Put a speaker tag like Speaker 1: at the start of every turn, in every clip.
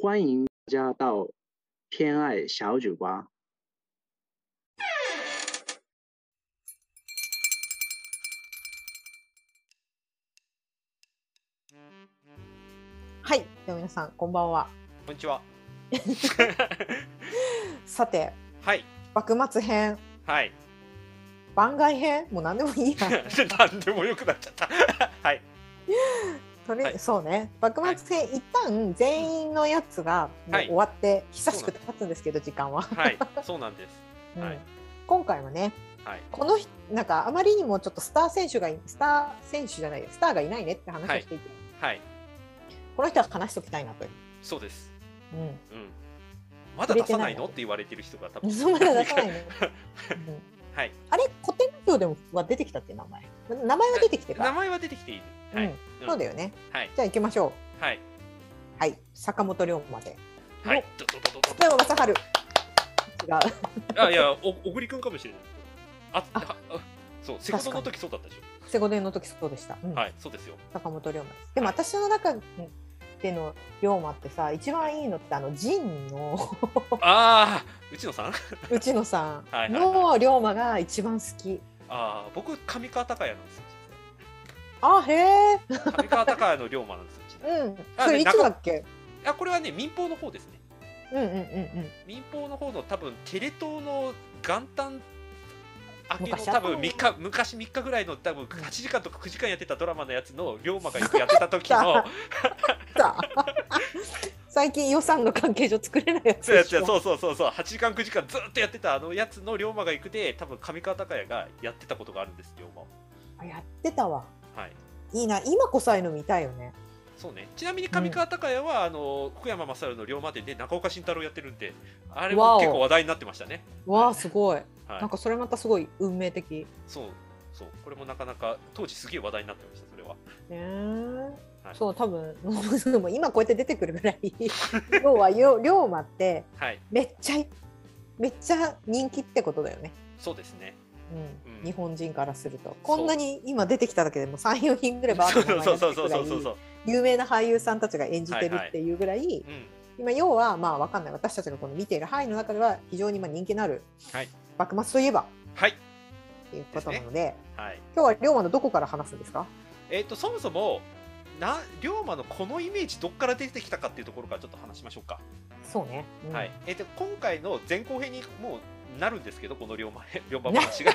Speaker 1: 欢迎大家到偏爱小酒吧。
Speaker 2: はい、では皆さんこんばんは。
Speaker 3: こんにち は。
Speaker 2: さて、
Speaker 3: はい。
Speaker 2: 幕末編、
Speaker 3: はい。
Speaker 2: 番外編、もう何でもいいや。
Speaker 3: なんでもよくなっちゃった。 はい。
Speaker 2: とりあえず
Speaker 3: はい
Speaker 2: そうね、幕末編、一旦全員のやつがもう
Speaker 3: はい
Speaker 2: 終わって、久しく経つんですけど時間は。
Speaker 3: はい。そうなんです。
Speaker 2: うん
Speaker 3: はい
Speaker 2: 今回はね、
Speaker 3: はい。
Speaker 2: この人なんかあまりにもちょっとスター選手がいスター選手じゃないスターがいないねって話をしていて、
Speaker 3: はい。
Speaker 2: この人は話しておきたいなという。
Speaker 3: そうです。
Speaker 2: うん
Speaker 3: うん。まだ出さないのって言われてる人が多分。
Speaker 2: そんなの出さないね。うん
Speaker 3: はい。
Speaker 2: あれ古典ラジオでもは出てきたって名前。名前は出てきて
Speaker 3: 名
Speaker 2: た。
Speaker 3: 前は出てきている。は
Speaker 2: う
Speaker 3: い
Speaker 2: ん。、そうだよね。
Speaker 3: はい。
Speaker 2: じゃあ行きましょう。
Speaker 3: はい。
Speaker 2: はい、坂本龍馬で。
Speaker 3: はい。どどどど
Speaker 2: 福山雅治。違う。
Speaker 3: ど。あ、いや、お、小栗くんかもしれない。あ、
Speaker 2: あ
Speaker 3: あ、あそう、セコドの時そうだったでしょ。
Speaker 2: セゴデンの時そうでした。うん
Speaker 3: はい。そうですよ。
Speaker 2: 坂本龍馬です。でも私の中での龍馬ってさ、一番いいのってあの仁 の
Speaker 3: ああ、内野さん。あ
Speaker 2: 内野さ
Speaker 3: はい
Speaker 2: ん
Speaker 3: はいは
Speaker 2: の龍馬が一番好き。
Speaker 3: あー、僕上川隆也なんですよ。
Speaker 2: あ、へえ。
Speaker 3: 実は上川隆也の龍馬なんですよ。実は
Speaker 2: うん。
Speaker 3: あ
Speaker 2: それ
Speaker 3: ね
Speaker 2: いつだっけ？
Speaker 3: あ、これはね、民放の方ですね。
Speaker 2: うんうんうんうん。
Speaker 3: 民放の方の多分テレ東の元旦明けの
Speaker 2: 昔あっ
Speaker 3: 多
Speaker 2: た
Speaker 3: 分
Speaker 2: もんね
Speaker 3: 3日昔3日ぐらいの多分8時間とか9時間やってたドラマのやつの龍馬がよくやってた時の
Speaker 2: さあ最近予算の関係上作れないやつ
Speaker 3: そうや
Speaker 2: で
Speaker 3: つ
Speaker 2: し
Speaker 3: や
Speaker 2: ょ。
Speaker 3: そうそうそうそう8時間9時間ずっとやってたあのやつの龍馬が行くで多分上川隆也がやってたことがあるんです龍馬を
Speaker 2: あやってたわ。
Speaker 3: はい
Speaker 2: いいな。今こそああいうの見たいよね。
Speaker 3: そうねちなみに上川隆也は、あの福山雅治の龍馬伝で中岡慎太郎やってるんであれ
Speaker 2: わ
Speaker 3: も
Speaker 2: お
Speaker 3: 結構話題になってましたね
Speaker 2: わあすごい。
Speaker 3: は
Speaker 2: なん
Speaker 3: い
Speaker 2: かそれまたすごい運命的。
Speaker 3: そうそうこれもなかなか当時すげえ話題になってましたそれは
Speaker 2: ね
Speaker 3: はい
Speaker 2: そう多分でも今こうやって出てくるぐら い要はよ龍馬って
Speaker 3: はい
Speaker 2: めっちゃいめっちゃ人気ってことだよね、
Speaker 3: そうですね
Speaker 2: うん
Speaker 3: うん
Speaker 2: 日本人からするとこんなに今出てきただけでも34人ぐらいバー
Speaker 3: そう
Speaker 2: ッと名前
Speaker 3: そうそ
Speaker 2: が
Speaker 3: う
Speaker 2: 出てくらいう
Speaker 3: そうそそうそう
Speaker 2: 有名な俳優さんたちが演じてるっていうぐらい、
Speaker 3: うん
Speaker 2: 今要はまあわかんない私たちがこの見ている範囲の中では非常にまあ人気のある、
Speaker 3: はい
Speaker 2: 幕末といえば
Speaker 3: はい。
Speaker 2: っていうことなので
Speaker 3: はい。
Speaker 2: 今日は龍馬のどこから話すんですか
Speaker 3: えっ、と、そもそも、な、龍馬のこのイメージ、どっから出てきたかっていうところからちょっと話しましょうか。
Speaker 2: そうね、うん
Speaker 3: はい。えっ、と、今回の前後編にもうなるんですけど、この龍馬、龍馬話が。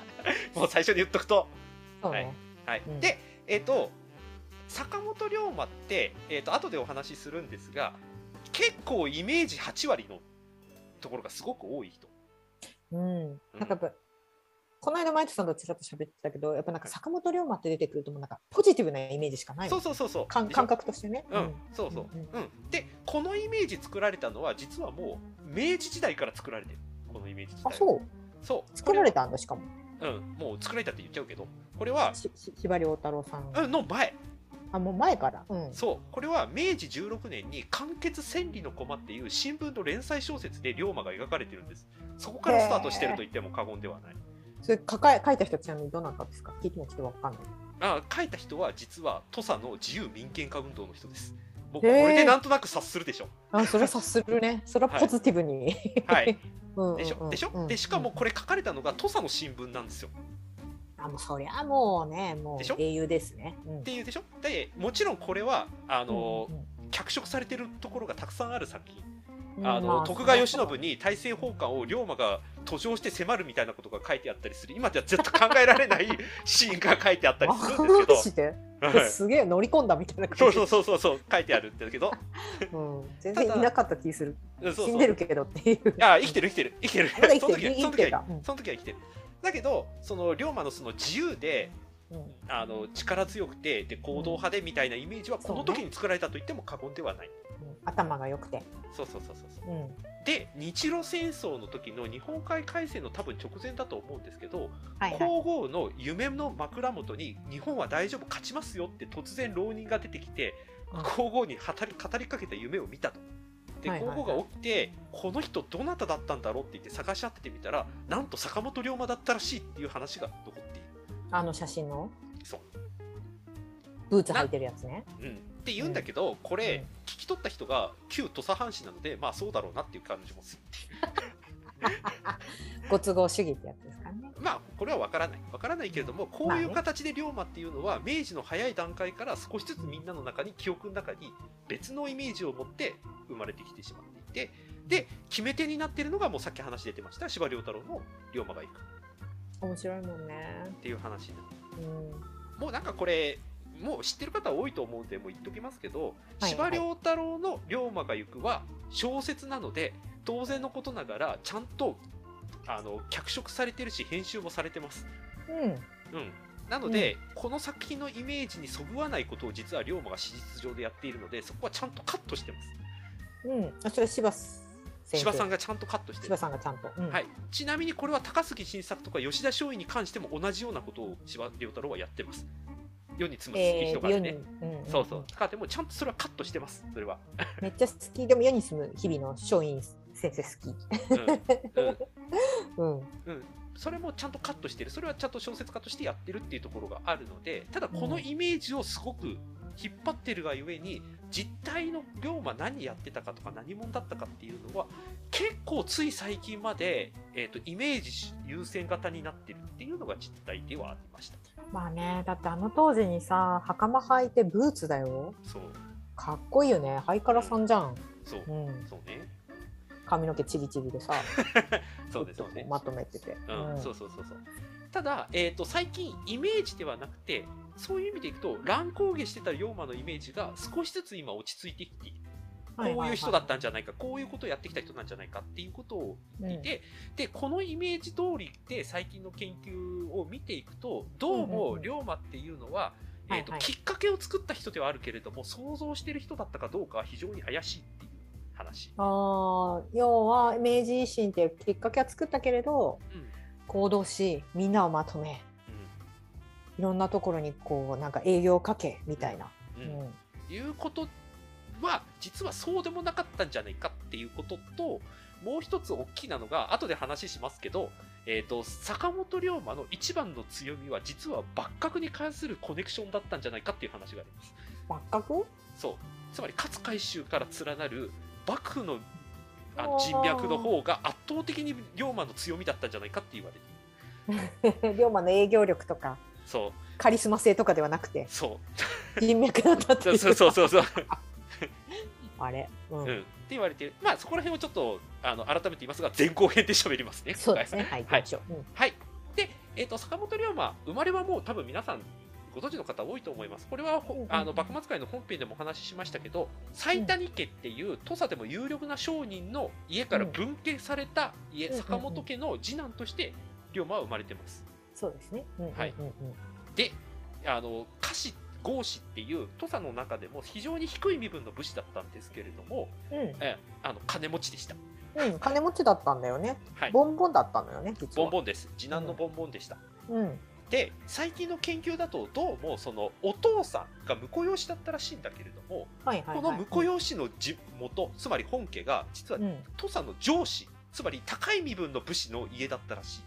Speaker 3: もう最初に言っとくと。
Speaker 2: そうね、
Speaker 3: はいはい。
Speaker 2: うん
Speaker 3: で、えっ、と、坂本龍馬って、えっ、と、後でお話しするんですが、結構イメージ8割のところがすごく多い人。
Speaker 2: うん、なんかやっぱ、この間マイトさんとちらっと喋ってたけどやっぱなんか坂本龍馬って出てくるともうなんかポジティブなイメージしかない
Speaker 3: そうそうそうそう。
Speaker 2: 感
Speaker 3: でしょ
Speaker 2: 感覚としてね、
Speaker 3: うん、そうそう、
Speaker 2: うん
Speaker 3: うんでこのイメージ作られたのは実はもう明治時代から作られてるこのイメージ自
Speaker 2: あ
Speaker 3: 体
Speaker 2: そう
Speaker 3: そう
Speaker 2: 作られたんだしかも
Speaker 3: これはうんもう作られたって言っちゃうけどこれは、
Speaker 2: しし司馬遼太郎さん、
Speaker 3: うん、の前
Speaker 2: あもう前から、うん、
Speaker 3: そうこれは明治16年に「完結千里の駒」っていう新聞の連載小説で龍馬が描かれてるんですそこからスタートしてると言っても過言ではない
Speaker 2: それ書か書いた人はちなみにどなたですか聞いてもちょっとわかんない
Speaker 3: あ書いた人は実は土佐の自由民権化運動の人ですもうこ
Speaker 2: へー
Speaker 3: れでなんとなく察するでしょ
Speaker 2: あそれは察するねそれはポジティブに、
Speaker 3: はい
Speaker 2: うんうんうん
Speaker 3: でしょでしょでしかもこれ書かれたのが土佐の新聞なんですよ
Speaker 2: あもうそりゃもうねも
Speaker 3: でし
Speaker 2: う
Speaker 3: ょ
Speaker 2: 英雄ですねうん
Speaker 3: っていうでしょでもちろんこれはあの、
Speaker 2: うん
Speaker 3: 脚色されてるところがたくさんある作品、
Speaker 2: うん
Speaker 3: あ
Speaker 2: ま
Speaker 3: の徳川慶喜に大政奉還を龍馬が途上して迫るみたいなことが書いてあったりする今では絶対考えら れないシーンが書いてあったりするん
Speaker 2: マ
Speaker 3: です
Speaker 2: ジで
Speaker 3: けど、はい
Speaker 2: すげえ乗り込んだみたいな感じ
Speaker 3: そうそうそうそうそう書いてあるんだけ ど
Speaker 2: うん、全
Speaker 3: た
Speaker 2: 然
Speaker 3: だ
Speaker 2: いなかった気する
Speaker 3: そうそう
Speaker 2: 死んでるけどっていう
Speaker 3: あ生きてる生きてる生きてる
Speaker 2: まだ生きてる
Speaker 3: そ
Speaker 2: 生
Speaker 3: の時は
Speaker 2: きてた
Speaker 3: その時は
Speaker 2: うん
Speaker 3: その時は生きてるだけどその龍馬のその自由で
Speaker 2: うん
Speaker 3: あの力強くてで行動派でみたいなイメージはこの時に作られたと言っても過言ではない
Speaker 2: 頭が良くて、
Speaker 3: そうそうそうそうそう
Speaker 2: うん、
Speaker 3: で日露戦争の時の日本海海戦の多分直前だと思うんですけど、
Speaker 2: はいはい
Speaker 3: 皇后の夢の枕元に日本は大丈夫勝ちますよって突然浪人が出てきて、
Speaker 2: うん
Speaker 3: 皇后に語り語りかけた夢を見たと。で
Speaker 2: はいはいはい
Speaker 3: 皇后が起きてこの人どなただったんだろうって言って探し当ててみたらなんと坂本龍馬だったらしいっていう話が残っている。
Speaker 2: あの写真の
Speaker 3: そう
Speaker 2: ブーツ履いてるやつね
Speaker 3: うん、って言うんだけど、これ聞き取った人が旧土佐藩士なのでまあそうだろうなっていう感じもする
Speaker 2: ご都合主義ってやつですかね。
Speaker 3: まあこれは分からない分からないけれどもこういう形で龍馬っていうのは明治の早い段階から少しずつみんなの中に記憶の中に別のイメージを持って生まれてきてしまっていてで決め手になってるのがもうさっき話出てました司馬遼太郎の龍馬が行くっ
Speaker 2: 面白いもんね。
Speaker 3: ていう話になる
Speaker 2: うん。
Speaker 3: もうなんかこれもう知ってる方多いと思うんでもう言っときますけど
Speaker 2: はい
Speaker 3: 司馬遼太郎の「龍馬が行く」は小説なので当然のことながらちゃんとあの脚色されてるし編集もされてます。
Speaker 2: うん。
Speaker 3: うん、なので、この作品のイメージにそぐわないことを実は龍馬が史実上でやっているのでそこはちゃんとカットしてます
Speaker 2: うん。あ、それ柴先生。
Speaker 3: 柴さん
Speaker 2: が。
Speaker 3: がちゃんとカットして
Speaker 2: 柴
Speaker 3: る、
Speaker 2: さんがちゃんと。うん
Speaker 3: はい、ちなみにこれは高杉晋作とか吉田松陰に関しても同じようなことを司馬遼太郎はやってます世に詰む
Speaker 2: え
Speaker 3: 人
Speaker 2: ー、
Speaker 3: が
Speaker 2: 世
Speaker 3: ね、
Speaker 2: に、うん、
Speaker 3: そうそうだからでもちゃんとそれはカットしてますそれは、
Speaker 2: めっちゃ好きでも世に住む日々の松陰先生好
Speaker 3: うんうん
Speaker 2: き、うん、
Speaker 3: それもちゃんとカットしてるそれはちゃんと小説家としてやってるっていうところがあるのでただこのイメージをすごく引っ張ってるがゆえに実態の龍馬何やってたかとか何者だったかっていうのは結構つい最近まで、えー、とイメージ優先型になってるっていうのが実態ではありました
Speaker 2: まあねだってあの当時にさ袴履いてブーツだよ
Speaker 3: そう
Speaker 2: かっこいいよねハイカラさんじゃん、
Speaker 3: そう
Speaker 2: うん、
Speaker 3: そうね
Speaker 2: 髪の毛チリチリでさ
Speaker 3: そうねそう
Speaker 2: ちょっとこ
Speaker 3: ね
Speaker 2: まとめてて、
Speaker 3: うん、そうそうそうそうただ、えー、と最近イメージではなくてそういう意味でいくと乱高下してた龍馬のイメージが少しずつ今落ち着いてきているこういう人だったんじゃないか、こういうことをやってきた人なんじゃないかっていうことを
Speaker 2: は
Speaker 3: 聞い
Speaker 2: い
Speaker 3: て、で、このイメージ通りで最近の研究を見ていくと、どう
Speaker 2: うんうん
Speaker 3: も
Speaker 2: うん
Speaker 3: 龍馬っていうのは、えっと、
Speaker 2: はいはい
Speaker 3: きっかけを作った人ではあるけれども、想像してる人だったかどうかは非常に怪しいっていう話。
Speaker 2: あー要は明治維新っていうきっかけは作ったけれど
Speaker 3: うん。うん。
Speaker 2: 行動しみんなをまとめいろんなところにこうなんか営業をかけみたいな、
Speaker 3: う
Speaker 2: うんん
Speaker 3: いうことは実はそうでもなかったんじゃないかっていうことともう一つ大きなのが後で話しますけど、えー、と坂本龍馬の一番の強みは実は幕閣に関するコネクションだったんじゃないかっていう話があります
Speaker 2: 幕閣
Speaker 3: そうつまり勝海舟から連なる幕府のあ
Speaker 2: お
Speaker 3: の
Speaker 2: ー
Speaker 3: 人脈の方が圧倒的に龍馬の強みだったんじゃないかって言われている
Speaker 2: 龍馬の営業力とか
Speaker 3: そう
Speaker 2: カリスマ性とかではなくて
Speaker 3: そう
Speaker 2: 人脈だったって
Speaker 3: そ
Speaker 2: いう
Speaker 3: うそうそうそうそう
Speaker 2: あれ、うん
Speaker 3: うん、って言われてるまあそこら辺をちょっとあの改めて言いますが前後編で喋りますね
Speaker 2: そうですねはい、
Speaker 3: はい
Speaker 2: 行きましょううん
Speaker 3: はいで、えー、と坂本龍馬生まれはもう多分皆さんご存知の方多いと思いますこれはほ
Speaker 2: うんうん
Speaker 3: あの幕末界の本編でもお話ししましたけど斎谷家っていう土佐でも有力な商人の家から分家された家、
Speaker 2: うんうんうん
Speaker 3: 坂本家の次男として龍馬は生まれてます
Speaker 2: そうですね、うんうんうんうん
Speaker 3: はいであの家氏豪氏っていう土佐の中でも非常に低い身分の武士だったんですけれども、えーあの金持ちでした、
Speaker 2: うん、うん、金持ちだったんだよね
Speaker 3: はい、
Speaker 2: ボンボンだったのよね実
Speaker 3: ボ
Speaker 2: は
Speaker 3: ンボンです次男のボンボンでした、
Speaker 2: うん
Speaker 3: で最近の研究だとどうもそのお父さんが婿養子だったらしいんだけれども、
Speaker 2: はいはいはい、
Speaker 3: この婿養子の地元つまり本家が実は
Speaker 2: うん
Speaker 3: 土佐の上司つまり高い身分の武士の家だったらしい、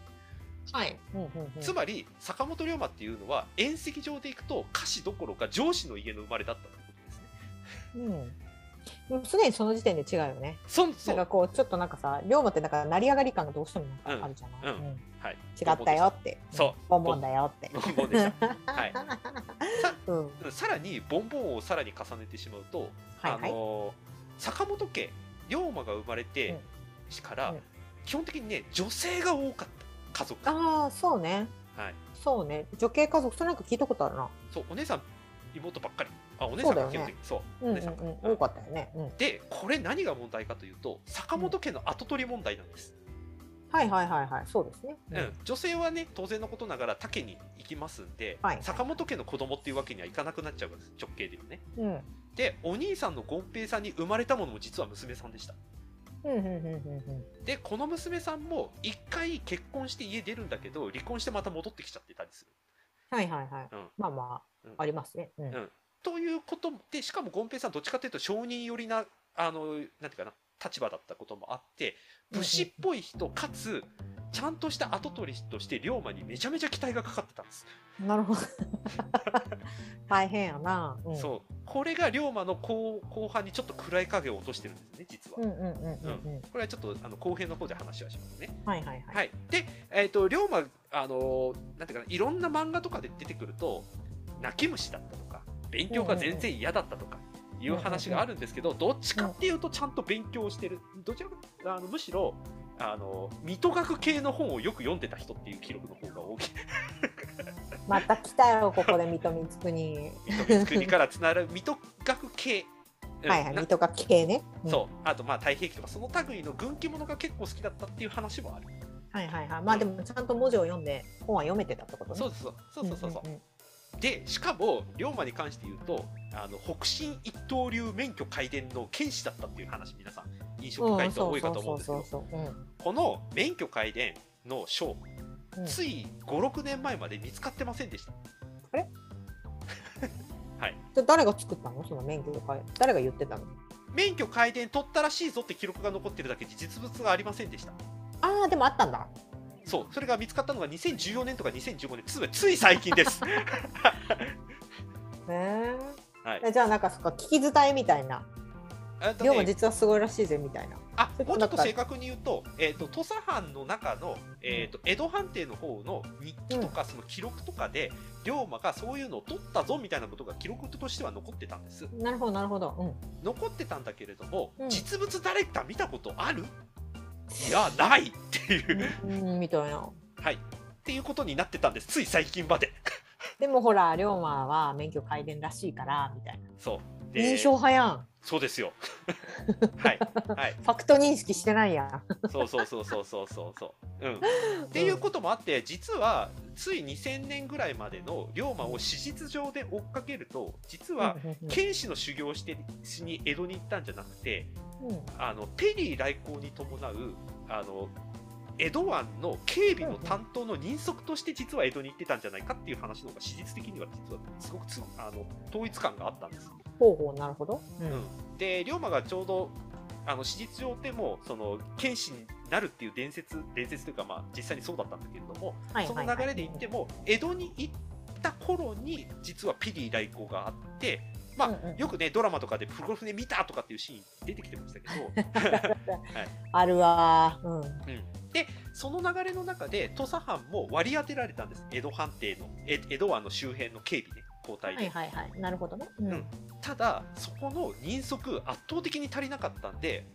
Speaker 2: はい、うんうんうん、
Speaker 3: つまり坂本龍馬っていうのは縁石上でいくと家子どころか上司の家の生まれだったってことですね
Speaker 2: うんもうすでにその時点で違うよね
Speaker 3: そんそ
Speaker 2: なん
Speaker 3: う
Speaker 2: かこうちょっとなんかさ龍馬ってなんか成り上がり感がどうしてもなんかあるじゃない、
Speaker 3: うんうんはい
Speaker 2: 違ったよって
Speaker 3: そうん
Speaker 2: ボンボンだよって
Speaker 3: ボンボンでした、はい、
Speaker 2: うん
Speaker 3: さらにボンボンをさらに重ねてしまうと
Speaker 2: はいは
Speaker 3: あ
Speaker 2: い
Speaker 3: のー坂本家龍馬が生まれてから、
Speaker 2: うん
Speaker 3: 基本的にね女性が多かった家族
Speaker 2: ああそうね
Speaker 3: はい
Speaker 2: そうね女系家族それなんか聞いたことあるな
Speaker 3: そうお姉さん妹ばっかりあお姉さんが基本的にそう,、
Speaker 2: うん
Speaker 3: お
Speaker 2: うん
Speaker 3: 姉さんが、
Speaker 2: うん、多かったよね、うん、
Speaker 3: でこれ何が問題かというと坂本家の跡取り問題なんです、
Speaker 2: はいはいはいはいそうですね、
Speaker 3: うん女性はね当然のことながら他家に行きますんで、
Speaker 2: はい
Speaker 3: 坂本家の子供っていうわけにはいかなくなっちゃうんです直系ではね
Speaker 2: うんうん
Speaker 3: でお兄さんの権平さんに生まれたものも実は娘さんでした
Speaker 2: うんうんうんうん
Speaker 3: でこの娘さんも一回結婚して家出るんだけど離婚してまた戻ってきちゃってたりする、
Speaker 2: はいはいはい
Speaker 3: うん、
Speaker 2: まあまあ、
Speaker 3: うん
Speaker 2: ありますね、うん
Speaker 3: んということでしかも権平さんどっちかというと商人寄りなあのなんていうかな立場だったこともあって武士っぽい人かつちゃんとした後取りとして龍馬にめちゃめちゃ期待がかかってたんです、
Speaker 2: なるほど。 大変やな。うん、
Speaker 3: そうこれが龍馬の後後半にちょっと暗い影を落としてるんですね実は、
Speaker 2: うんうんうんうんう
Speaker 3: これはちょっとあの後編の方で話はしますね
Speaker 2: ん。はいはいはい。
Speaker 3: はい、で、えー、と龍馬、あのーなんていうかないろんな漫画とかで出てくると泣き虫だったとか勉強が全然嫌だったとかいう話があるんですけどどっちかっていうとちゃんと勉強してるどちらかあのむしろあの水戸学系の本をよく読んでた人っていう記録の方が大きい
Speaker 2: また来たよここで水戸光圀。
Speaker 3: 水戸光圀からつながる水戸学系、うん
Speaker 2: はいはい
Speaker 3: な
Speaker 2: 水戸が系ね。うん
Speaker 3: そうあとまあ太平記とかその類の軍記物が結構好きだったっていう話もある、
Speaker 2: はいはいはい。まあでもちゃんと文字を読んで本は読めてたってことね。
Speaker 3: そうそうそうそうそうそう、
Speaker 2: んんん
Speaker 3: でしかも龍馬に関して言うとあの北進一刀流免許改伝の剣士だったっていう話皆さん印象深い人多いかと思うんですけ
Speaker 2: そ
Speaker 3: ど
Speaker 2: うそうそうそう
Speaker 3: この免許改伝の書
Speaker 2: うんうん
Speaker 3: つい56年前まで見つかってませんでした
Speaker 2: で誰が作ったのその免許か誰が言ってたの
Speaker 3: 免許改伝取ったらしいぞって記録が残ってるだけで実物がありませんでした
Speaker 2: ああでもあったんだ
Speaker 3: そうそれが見つかったのが2014年とか2015年つまりつい最近です
Speaker 2: へえ、
Speaker 3: はい
Speaker 2: えじゃあなんかそっか聞き伝えみたいな
Speaker 3: あとね
Speaker 2: 龍馬実はすごいらしいぜみたいな
Speaker 3: あ
Speaker 2: それと
Speaker 3: もうちょ
Speaker 2: なん
Speaker 3: っと
Speaker 2: か
Speaker 3: 正確に言うと,、えー、と土佐藩の中の、えー、と江戸藩邸の方の日記とかその記録とかで、龍馬がそういうのを取ったぞみたいなことが記録としては残ってたんです
Speaker 2: なるほどなるほどうん
Speaker 3: 残ってたんだけれども、
Speaker 2: うん
Speaker 3: 実物誰か見たことあるいやないっていう、
Speaker 2: うん、みたいな。
Speaker 3: はいっていうことになってたんですつい最近まで
Speaker 2: でもほら、龍馬は免許改伝らしいから、みたいな。
Speaker 3: そうで
Speaker 2: 印象派やん。
Speaker 3: そうですよ はいはい
Speaker 2: ファクト認識してないやん。
Speaker 3: そうそうそうそうそうそうそう。うん。っていうこともあって、実はつい2000年ぐらいまでの龍馬を史実上で追っかけると、実は
Speaker 2: うんうんうん
Speaker 3: 剣士の修行をしてしに江戸に行ったんじゃなくて、あのペリー来航に伴うあの江戸湾の警備の担当の人足として実は江戸に行ってたんじゃないかっていう話の方が史実的には実はすごくつあの統一感があったんです。
Speaker 2: ほうほう、なるほど。う
Speaker 3: うん
Speaker 2: ん。
Speaker 3: で龍馬がちょうどあの史実上でもその剣士になるっていう伝説伝説というか、まあ、実際にそうだったんだけれども、
Speaker 2: はい
Speaker 3: その流れで言っても江戸に行った頃に実はペリー来航があって、まあ
Speaker 2: うんうん
Speaker 3: よくねドラマとかで「プロフネ見た!」とかっていうシーン出てきてましたけ ど、
Speaker 2: あるわー。うん。
Speaker 3: うんでその流れの中で土佐藩も割り当てられたんです江戸藩邸のえ江戸湾の周辺の警備ね交代
Speaker 2: は
Speaker 3: で
Speaker 2: い。はいはい。なるほどね。うん。
Speaker 3: う
Speaker 2: うんん
Speaker 3: ただそこの人足圧倒的に足りなかったんで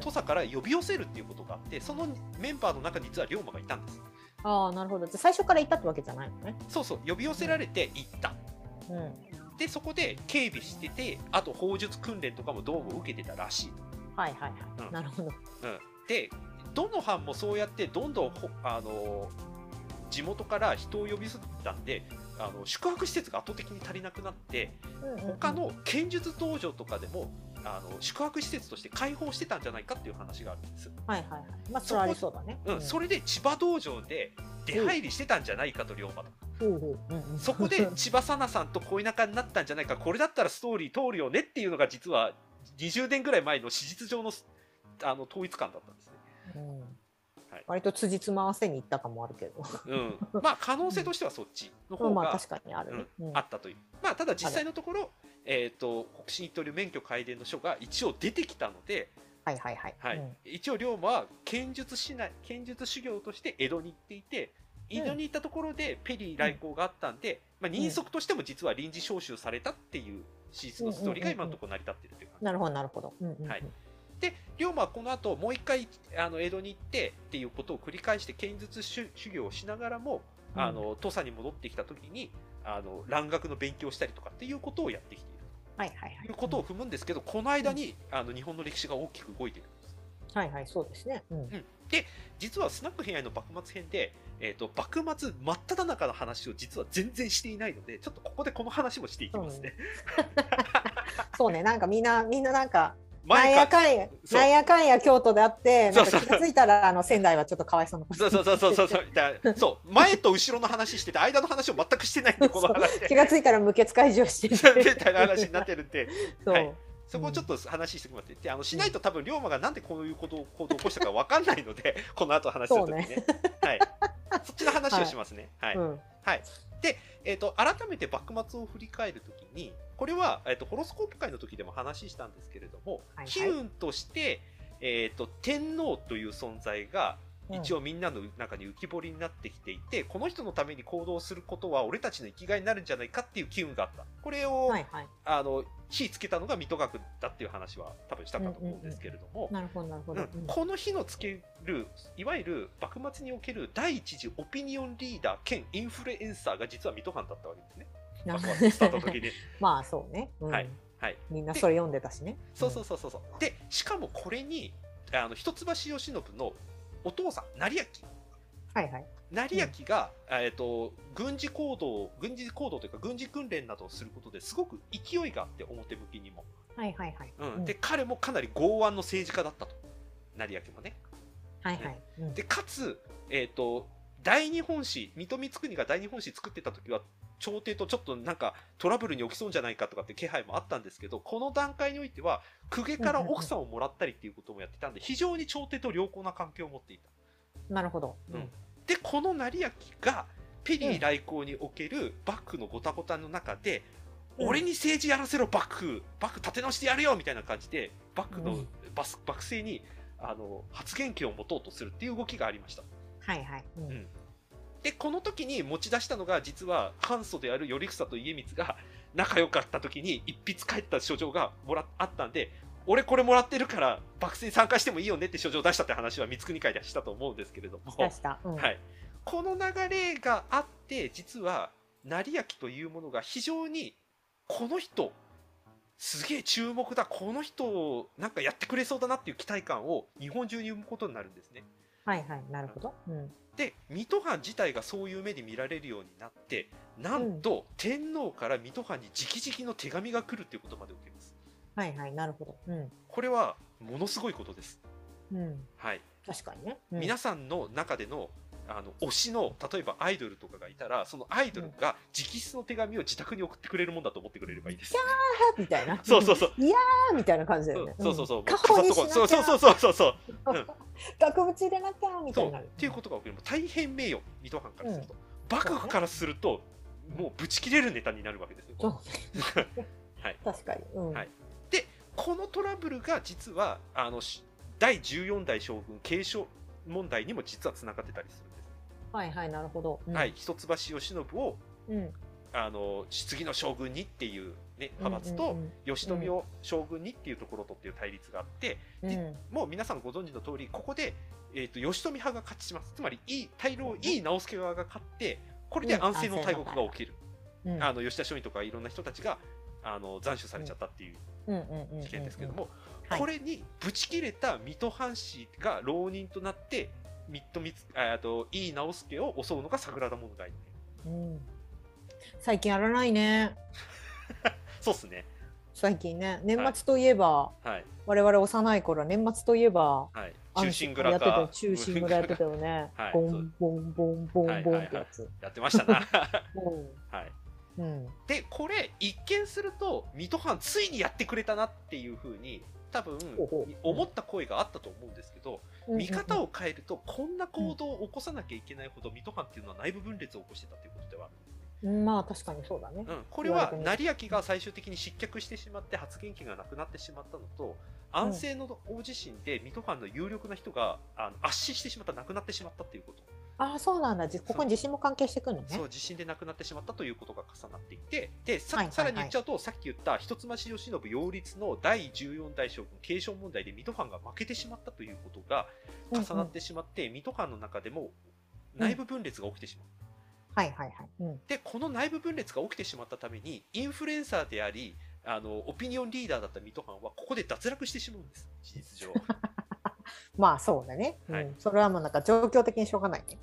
Speaker 3: 土佐から呼び寄せるっていうことがあってそのメンバーの中に実は龍馬がいたんです
Speaker 2: ああ、なるほど。じゃあ最初からいたってわけじゃないのね。
Speaker 3: そうそう呼び寄せられて行った
Speaker 2: うん。
Speaker 3: でそこで警備しててあと砲術訓練とかもどうも受けてたらしい、
Speaker 2: はいはいは
Speaker 3: うん
Speaker 2: い。なるほど。
Speaker 3: うん、でどの藩もそうやってどんどんほあのー地元から人を呼び寄せたんであの宿泊施設が圧倒的に足りなくなって
Speaker 2: 他。
Speaker 3: 他の剣術道場とかでもあの宿泊施設として開放してたんじゃないかっていう話があるんです
Speaker 2: はいはいはい。まあ、それはありそうだね。
Speaker 3: うん、それで千葉道場で出入りしてたんじゃないかと龍馬と
Speaker 2: ほうほううんうん
Speaker 3: そこで千葉さなさんと恋仲になったんじゃないかこれだったらストーリー通るよねっていうのが実は20年ぐらい前の史実上のあの統一感だったんですね。
Speaker 2: うん
Speaker 3: はい
Speaker 2: 割と辻褄合わせに行ったかもあるけど。
Speaker 3: うん、まあ可能性としてはそっちの方
Speaker 2: まあ、
Speaker 3: が
Speaker 2: 確かにあるね。うん
Speaker 3: あったという、まあ、ただ実際のところ、えー、と北進一刀流免許改伝の書が一応出てきたので、
Speaker 2: はいはいはい。
Speaker 3: はい
Speaker 2: うん
Speaker 3: 一応龍馬は剣術しない剣術修行として江戸に行っていて江戸に行ったところでペリー来航があったんで、まあ、人足としても実は臨時招集されたっていう史実のストーリーが今のところ成り立ってるという感じ、
Speaker 2: なるほどなるほど。うんうんうん
Speaker 3: はいで龍馬はこの後もう一回あの江戸に行ってっていうことを繰り返して剣術修修行をしながらも、
Speaker 2: うん
Speaker 3: あの土佐に戻ってきた時にあの蘭学の勉強をしたりとかっていうことをやってきている
Speaker 2: はいはいは
Speaker 3: と
Speaker 2: い。
Speaker 3: いうことを踏むんですけどこの間にあの日本の歴史が大きく動いている
Speaker 2: はいはいそうですね。うん。
Speaker 3: 実はスナック偏愛の幕末編で、えー、と幕末真っ只中の話を実は全然していないのでちょっとここでこの話もしていきますね。
Speaker 2: そうねなんかみんなみんななんかなん
Speaker 3: 前
Speaker 2: や
Speaker 3: か
Speaker 2: かんや
Speaker 3: そう
Speaker 2: なんやかんや京都であって
Speaker 3: そ
Speaker 2: な
Speaker 3: うんそ
Speaker 2: か気
Speaker 3: う
Speaker 2: がついたらあの仙台はちょっとかわいそうな こと
Speaker 3: そうそうそうそうそうそうだそう前と後ろの話してて間の話を全 くしてないんでこの話で
Speaker 2: 気がついたら無血開城して
Speaker 3: みたいな話になってるんで
Speaker 2: そう、
Speaker 3: はいそこをちょっと話してもらってであのしないと多分龍馬がなんでこういうことを行動を起こしたかわかんないのでこの後話するときね
Speaker 2: そ
Speaker 3: はい、そっちの話をしますね。はい、
Speaker 2: うん
Speaker 3: えー、と改めて幕末を振り返るときにこれは、えー、とホロスコープ会の時でも話したんですけれども、
Speaker 2: はいはい
Speaker 3: 機運として、えー、と天皇という存在が
Speaker 2: うん
Speaker 3: 一応みんなの中に浮き彫りになってきていて、この人のために行動することは俺たちの生きがいになるんじゃないかっていう機運があったこれを、
Speaker 2: はいはい。
Speaker 3: あの火つけたのが水戸学だっていう話は多分したかと思うんですけれども、
Speaker 2: なるほどなるほ
Speaker 3: う
Speaker 2: ど。
Speaker 3: んこの火のつけるいわゆる幕末における第一次オピニオンリーダー兼インフルエンサーが実は水戸藩だったわけですね
Speaker 2: なる
Speaker 3: 幕
Speaker 2: ほ
Speaker 3: 末スタートの時
Speaker 2: ど。
Speaker 3: に
Speaker 2: まあそうね。 うん
Speaker 3: はいはい
Speaker 2: みんなそれ読んでたしね。
Speaker 3: そうそうそうそうそうでしかもこれにあの一橋慶喜のお父さん成明
Speaker 2: はいはい。
Speaker 3: 成明が、えっと軍事行動軍事行動というか軍事訓練などをすることですごく勢いがあって表向きにも、
Speaker 2: はいはいはい。
Speaker 3: うん
Speaker 2: うん
Speaker 3: で彼もかなり剛腕の政治家だったと成明もね
Speaker 2: はいはい。うん
Speaker 3: でかつ、えー、と大日本史水戸光圀が大日本史作ってた時は朝廷とちょっとなんかトラブルに起きそうじゃないかとかって気配もあったんですけどこの段階においては公家から奥さんをもらったりっていうこともやってたんで非常に朝廷と良好な関係を持っていた。
Speaker 2: なるほど。
Speaker 3: うんでこの成明がペリー来航における幕府のごたごたの中で、
Speaker 2: うん
Speaker 3: 俺に政治やらせろ幕府幕府立て直してやるよみたいな感じで幕府
Speaker 2: う
Speaker 3: の
Speaker 2: ん
Speaker 3: バス幕政にあの発言権を持とうとするっていう動きがありました。
Speaker 2: はいはい。うん
Speaker 3: うんでこの時に持ち出したのが実は簡素である頼房と家光が仲良かった時に一筆書いた書状がもらっあったんで俺これもらってるから幕政に参加してもいいよねって書状を出したって話は光圀会でしたと思うんですけれども、
Speaker 2: 出した。うん
Speaker 3: はい、この流れがあって実は成明というものが非常にこの人すげえ注目だこの人なんかやってくれそうだなっていう期待感を日本中に生むことになるんですね。
Speaker 2: はいはい。なるほど。うん
Speaker 3: で水戸藩自体がそういう目で見られるようになってなんと、天皇から水戸藩に直々の手紙が来るっていうことまで起きます
Speaker 2: はいはい。なるほど。うん
Speaker 3: これはものすごいことです
Speaker 2: うん。
Speaker 3: はい、
Speaker 2: 確かにね。うん
Speaker 3: 皆さんの中でのあの推しの例えばアイドルとかがいたらそのアイドルが直筆の手紙を自宅に送ってくれるもんだと思ってくれればいいです、
Speaker 2: み たいな。
Speaker 3: そうそうそう
Speaker 2: あーみたいな感じだ
Speaker 3: そ
Speaker 2: よ
Speaker 3: う
Speaker 2: ね。
Speaker 3: そうそうそう
Speaker 2: 家宝にしなきゃ
Speaker 3: そうそうそうそうそうそう
Speaker 2: うん
Speaker 3: うん
Speaker 2: 額縁入れなきゃみた
Speaker 3: そ
Speaker 2: いうにな
Speaker 3: っ
Speaker 2: る。
Speaker 3: ていうことが起きるもう大変名誉水戸藩からすると、幕府からするともうぶち切れるネタになるわけですよ
Speaker 2: そう
Speaker 3: はい
Speaker 2: 確かに。うん
Speaker 3: はいこのトラブルが実はあのし第14代将軍継承問題にも実はつながってたりするんです、
Speaker 2: はいはい。なるほど。うん
Speaker 3: はい。一橋慶喜を
Speaker 2: うん。
Speaker 3: あの次の将軍にっていう、ね、派閥
Speaker 2: う
Speaker 3: と
Speaker 2: んうん
Speaker 3: 慶喜を将軍にっていうところとっていう対立があって、
Speaker 2: うんうん
Speaker 3: もう皆さんご存知の通りここで、えー、と慶喜派が勝ちしますつまりいい大老いい直輔側が勝ってこれで安政の大国が起きる、
Speaker 2: うん
Speaker 3: あの吉田松陰とかいろんな人たちがあの斬首されちゃったっていう
Speaker 2: うんうんうん
Speaker 3: 事件ですけども、
Speaker 2: はい
Speaker 3: これにぶち切れた水戸藩士が浪人となって水戸光ああと井伊直弼を襲うのが桜田門外
Speaker 2: うん最近やらないね
Speaker 3: そうっすね
Speaker 2: 最近ね年末といえば、
Speaker 3: はい
Speaker 2: 我々幼い頃は年末といえば
Speaker 3: はい
Speaker 2: あの
Speaker 3: 中心蔵
Speaker 2: やってた
Speaker 3: か
Speaker 2: よ中心蔵やってたよね
Speaker 3: はい
Speaker 2: ボンボンボンボンボンってやつ、
Speaker 3: やってましたな はい
Speaker 2: うんうん
Speaker 3: でこれ一見すると水戸藩ついにやってくれたなっていうふうに多分
Speaker 2: ほうほう
Speaker 3: 思った声があったと思うんですけど
Speaker 2: うん
Speaker 3: 見方
Speaker 2: を
Speaker 3: を変えるとこんな行動を起こさなきゃいけないほど水戸藩っていうのは内部分裂を起こしてたということではある
Speaker 2: まあ確かにそうだね
Speaker 3: うん、これは成明が最終的に失脚してしまって発言権がなくなってしまったのと安政の大地震で水戸藩の有力な人があの圧死してしまった亡くなってしまったということ、
Speaker 2: ああそうなんだじここに地震も関係してくるの
Speaker 3: そ
Speaker 2: ね
Speaker 3: う地震で亡くなってしまったということが重なっていてでさ,、
Speaker 2: はいはいはい
Speaker 3: さらに言っちゃうとさっき言った一橋慶喜擁立の第14代将軍継承問題で水戸藩が負けてしまったということが重なってしまって、水戸藩の中でも内部分裂が起きてしまう。
Speaker 2: はいはいはい、うん、
Speaker 3: でこの内部分裂が起きてしまったためにインフルエンサーでありあのオピニオンリーダーだった水戸藩はここで脱落してしまうんです事 実上
Speaker 2: まあそうだね、
Speaker 3: はい
Speaker 2: うん、それはもうなんか状況的にしょうがないね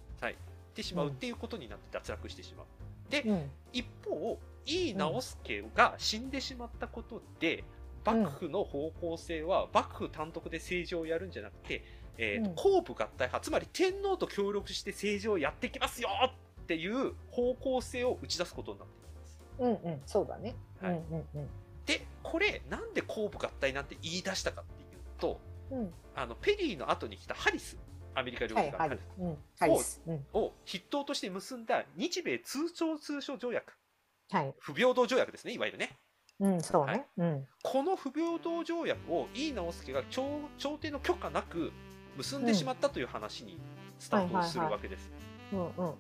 Speaker 3: してしまうっていうことになって脱落してしまう
Speaker 2: うん
Speaker 3: 一方井伊直弼が死んでしまったことで、
Speaker 2: うん
Speaker 3: 幕府の方向性は幕府単独で政治をやるんじゃなくて、えーと
Speaker 2: うん
Speaker 3: 公部合体派つまり天皇と協力して政治をやってきますよっていう方向性を打ち出すことになっていきます。
Speaker 2: うんうんそうだね、
Speaker 3: はい
Speaker 2: うんうんうん
Speaker 3: でこれなんで公母合体なんて言い出したかっていうと
Speaker 2: うん。
Speaker 3: あのペリーの後に来たハリスアメリカ領
Speaker 2: はい、
Speaker 3: 軍
Speaker 2: ハ
Speaker 3: ハ
Speaker 2: リ
Speaker 3: リ
Speaker 2: ス
Speaker 3: ス。
Speaker 2: うん。ハリス。うん。
Speaker 3: を筆頭として結んだ日米通商通商条約
Speaker 2: はい。
Speaker 3: 不平等条約ですねいわゆるね
Speaker 2: うん、そう
Speaker 3: はい
Speaker 2: ね。うん。
Speaker 3: この不平等条約を井伊直弼が朝朝廷の許可なく結んでしまったという話にスタートをするわけです。
Speaker 2: うんうんうん。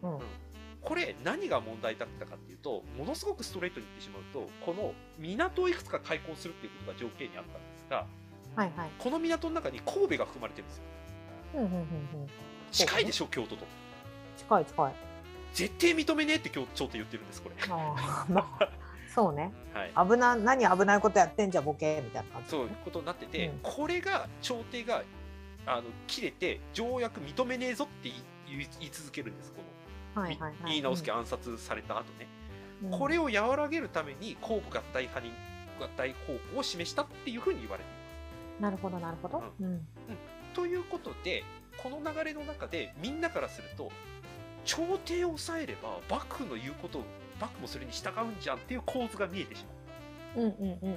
Speaker 3: これ何が問題だったかっていうとものすごくストレートに言ってしまうとこの港をいくつか開港するっていうことが条件にあったんですが
Speaker 2: はいはい。
Speaker 3: この港の中に神戸が含まれてるんですよ
Speaker 2: うんうんうんうん。
Speaker 3: 近いでしょ京都と
Speaker 2: 近い近い。
Speaker 3: 絶対認めねえって京朝廷言ってるんですこれ
Speaker 2: ああ、ま あ、そうね。
Speaker 3: はい
Speaker 2: 危な、何危ないことやってんじゃボケみたいな感じ。
Speaker 3: そういうことになってて、
Speaker 2: うん
Speaker 3: これが朝廷があの切れて条約認めねえぞって言い言い続けるんですこの
Speaker 2: はいはいはい。
Speaker 3: 井伊直弼暗殺された後ね、
Speaker 2: うん
Speaker 3: これを和らげるために公部合体派に合体方向を示したっていうふうに言われてい
Speaker 2: なるほどなるほど。うん。
Speaker 3: ますということでこの流れの中でみんなからすると朝廷を抑えれば幕府の言うことを幕府もそれに従うんじゃんっていう構図が見えてしまう
Speaker 2: うんうんうんうんうん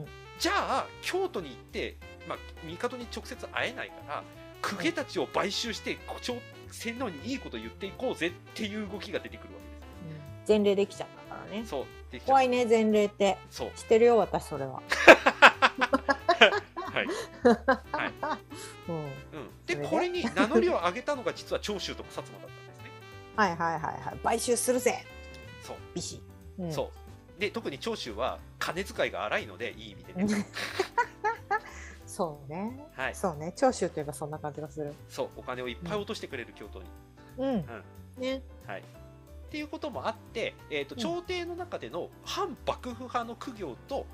Speaker 2: うん。
Speaker 3: じゃあ京都に行って、まあ、帝に直接会えないから公家たちを買収して誇張洗脳にいいこと言っていこうぜっていう動きが出てくるわけ
Speaker 2: 前例できちゃったからね
Speaker 3: です。そうできちゃう
Speaker 2: 怖いね前例って。
Speaker 3: そう
Speaker 2: 知ってるよ私それは。
Speaker 3: はい、はい
Speaker 2: うん。
Speaker 3: うん、
Speaker 2: それ
Speaker 3: で
Speaker 2: で
Speaker 3: これに名乗りを上げたのが実は長州とか薩摩だったんですね
Speaker 2: はいはいはいはい。買収するぜ。
Speaker 3: そう、
Speaker 2: ビシ。うん
Speaker 3: そうで特に長州は金遣いが荒いのでいい意味でね
Speaker 2: そうね。
Speaker 3: はい
Speaker 2: そうね。長州といえばそんな感じがする。
Speaker 3: そうお金をいっぱい落としてくれる京都に、
Speaker 2: うん。ね。
Speaker 3: はい、っていうこともあって、えー、と
Speaker 2: うん
Speaker 3: 朝廷の中での反幕府派の苦行と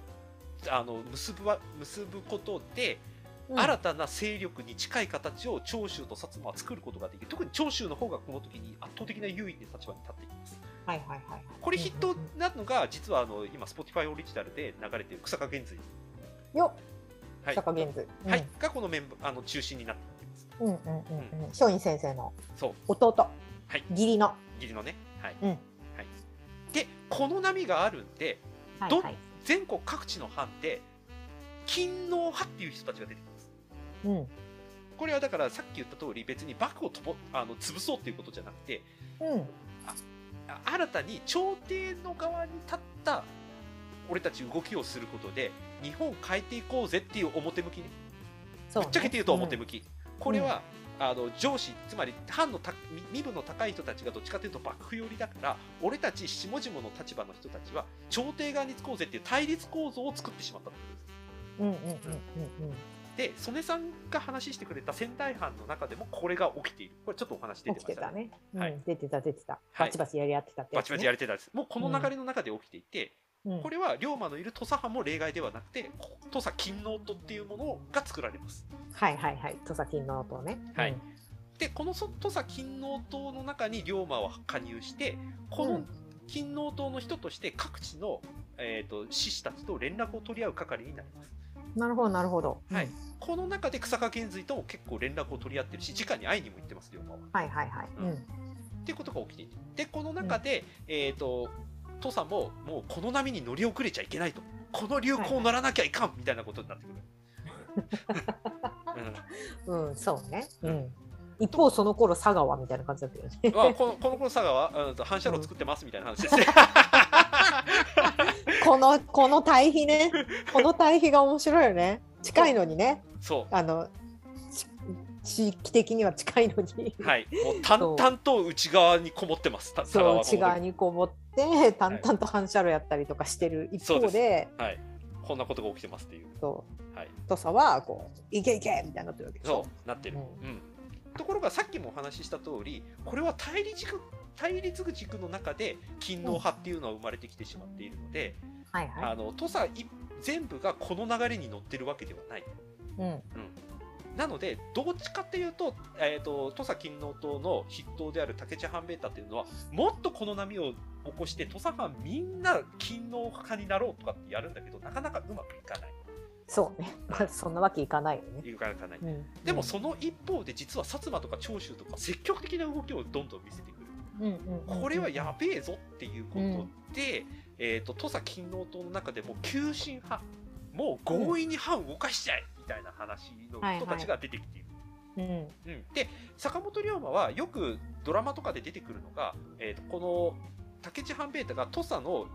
Speaker 3: あの結ぶわ結ぶことで、
Speaker 2: うん
Speaker 3: 新たな勢力に近い形を長州と薩摩は作ることができる特に長州の方がこの時に圧倒的な優位な立場に立っています
Speaker 2: はいはいはい。
Speaker 3: これ筆頭なのが実はあの今 Spotify オリジナルで流れている草加源瑞、
Speaker 2: よ
Speaker 3: は
Speaker 2: っ。
Speaker 3: い
Speaker 2: 坂源氏。うん
Speaker 3: はい。がこのメンバーあの中心になっています
Speaker 2: うんうんうんうん。松陰先生の
Speaker 3: そう
Speaker 2: 弟。
Speaker 3: はい
Speaker 2: 義理の。
Speaker 3: 義理のね、はい
Speaker 2: うん
Speaker 3: はい、でこの波があるんで
Speaker 2: はい
Speaker 3: ど
Speaker 2: はい。
Speaker 3: 全国各地の藩で勤王派っていう人たちが出てきます
Speaker 2: うん。
Speaker 3: これはだからさっき言った通り別に幕府をとぼあの潰そうっていうことじゃなくて
Speaker 2: うん。
Speaker 3: あ新たに朝廷の側に立った俺たち動きをすることで日本を変えていこうぜっていう表向きね
Speaker 2: そうね
Speaker 3: ぶっちゃけて言うと表向き、これは、あの上司つまり藩のた身身分の高い人たちがどっちかというと幕府寄りだから俺たち下々の立場の人たちは朝廷側につこうぜっていう対立構造を作ってしまったってことです
Speaker 2: うんうんうんうんうん。
Speaker 3: で曽根さんが話してくれた仙台藩の中でもこれが起きているこれちょっとお話出て
Speaker 2: 起
Speaker 3: ま
Speaker 2: き
Speaker 3: した
Speaker 2: て
Speaker 3: ね
Speaker 2: たね。う
Speaker 3: はい
Speaker 2: ん、出てた出てた。
Speaker 3: は
Speaker 2: バ
Speaker 3: い
Speaker 2: チバチやり合ってたって
Speaker 3: バ
Speaker 2: や
Speaker 3: チ
Speaker 2: つ
Speaker 3: バ
Speaker 2: ね。
Speaker 3: チやれてたんですもうこの流れの中で起きていて、
Speaker 2: うん
Speaker 3: これは龍馬のいる土佐藩も例外ではなくてこ土佐勤王党っていうものが作られます
Speaker 2: はいはいはい。土佐金の音をね。
Speaker 3: はい
Speaker 2: うん
Speaker 3: でこのそ土佐勤王党の中に龍馬は加入してこ
Speaker 2: う
Speaker 3: の
Speaker 2: ん
Speaker 3: 勤王党の人として各地の、えー、と志士たちと連絡を取り合う係になります
Speaker 2: なるほどなるほど。
Speaker 3: はい
Speaker 2: うん
Speaker 3: この中で草加源瑞とも結構連絡を取り合ってるし直に会いにも行ってます龍馬は
Speaker 2: はいはいはい。うん。
Speaker 3: っていうことが起きていてでこの中で、えっ、と土佐ももうこの波に乗り遅れちゃいけないとこの流行乗らなきゃいかんみたいなことになってくる。
Speaker 2: うん、そうね。
Speaker 3: う
Speaker 2: うんん。一方その頃佐川みたいな感じだったよ ね。
Speaker 3: うん、あこのこの頃佐賀はうんと反射炉作ってますみたいな 話ですね。
Speaker 2: このこの対比ね。この対比が面白いよ ね。近いのにね。
Speaker 3: そ
Speaker 2: あのち地域的には近いのに
Speaker 3: う、。はい、もう淡々と内側にこもってます。た佐賀
Speaker 2: そう
Speaker 3: はこ
Speaker 2: 内
Speaker 3: の
Speaker 2: 側にこもって淡々と反射炉やったりとかしてる一
Speaker 3: そう
Speaker 2: 方
Speaker 3: です
Speaker 2: で、
Speaker 3: はい、こんなことが起きてますっていう。
Speaker 2: そう
Speaker 3: はい、
Speaker 2: 土佐はこういけいけみたいになってるわけでしょ。
Speaker 3: そうなってる。
Speaker 2: う
Speaker 3: うん。ところがさっきもお話しした通り、これは対立軸対立軸の中で勤王派っていうのは生まれてきてしまっているので。
Speaker 2: はいはい。
Speaker 3: あの土佐い全部がこの流れに乗ってるわけではない。
Speaker 2: うん、
Speaker 3: なので、どっちかっていうと、えー、と土佐勤王党の筆頭である竹地半兵衛太っていうのは、もっとこの波を起こして、土佐藩みんな勤王派になろうとかってやるんだけど、なかなかうまくいかない。
Speaker 2: そうね、 まあ、そんなわけいかないよね。
Speaker 3: いかない
Speaker 2: うん、
Speaker 3: でも、その一方で、実は薩摩とか長州とか、積極的な動きをどんどん見せてくる。
Speaker 2: うんうんうん、
Speaker 3: これはやべえぞっていうことで、えー、と土佐勤王党の中でも急進派、もう強引に歯を動かしちゃえみたいな話の人たちが出てきている。
Speaker 2: うん
Speaker 3: うん、で坂本龍馬はよくドラマとかで出てくるのが、えー、とこの武智半兵衛太が土佐の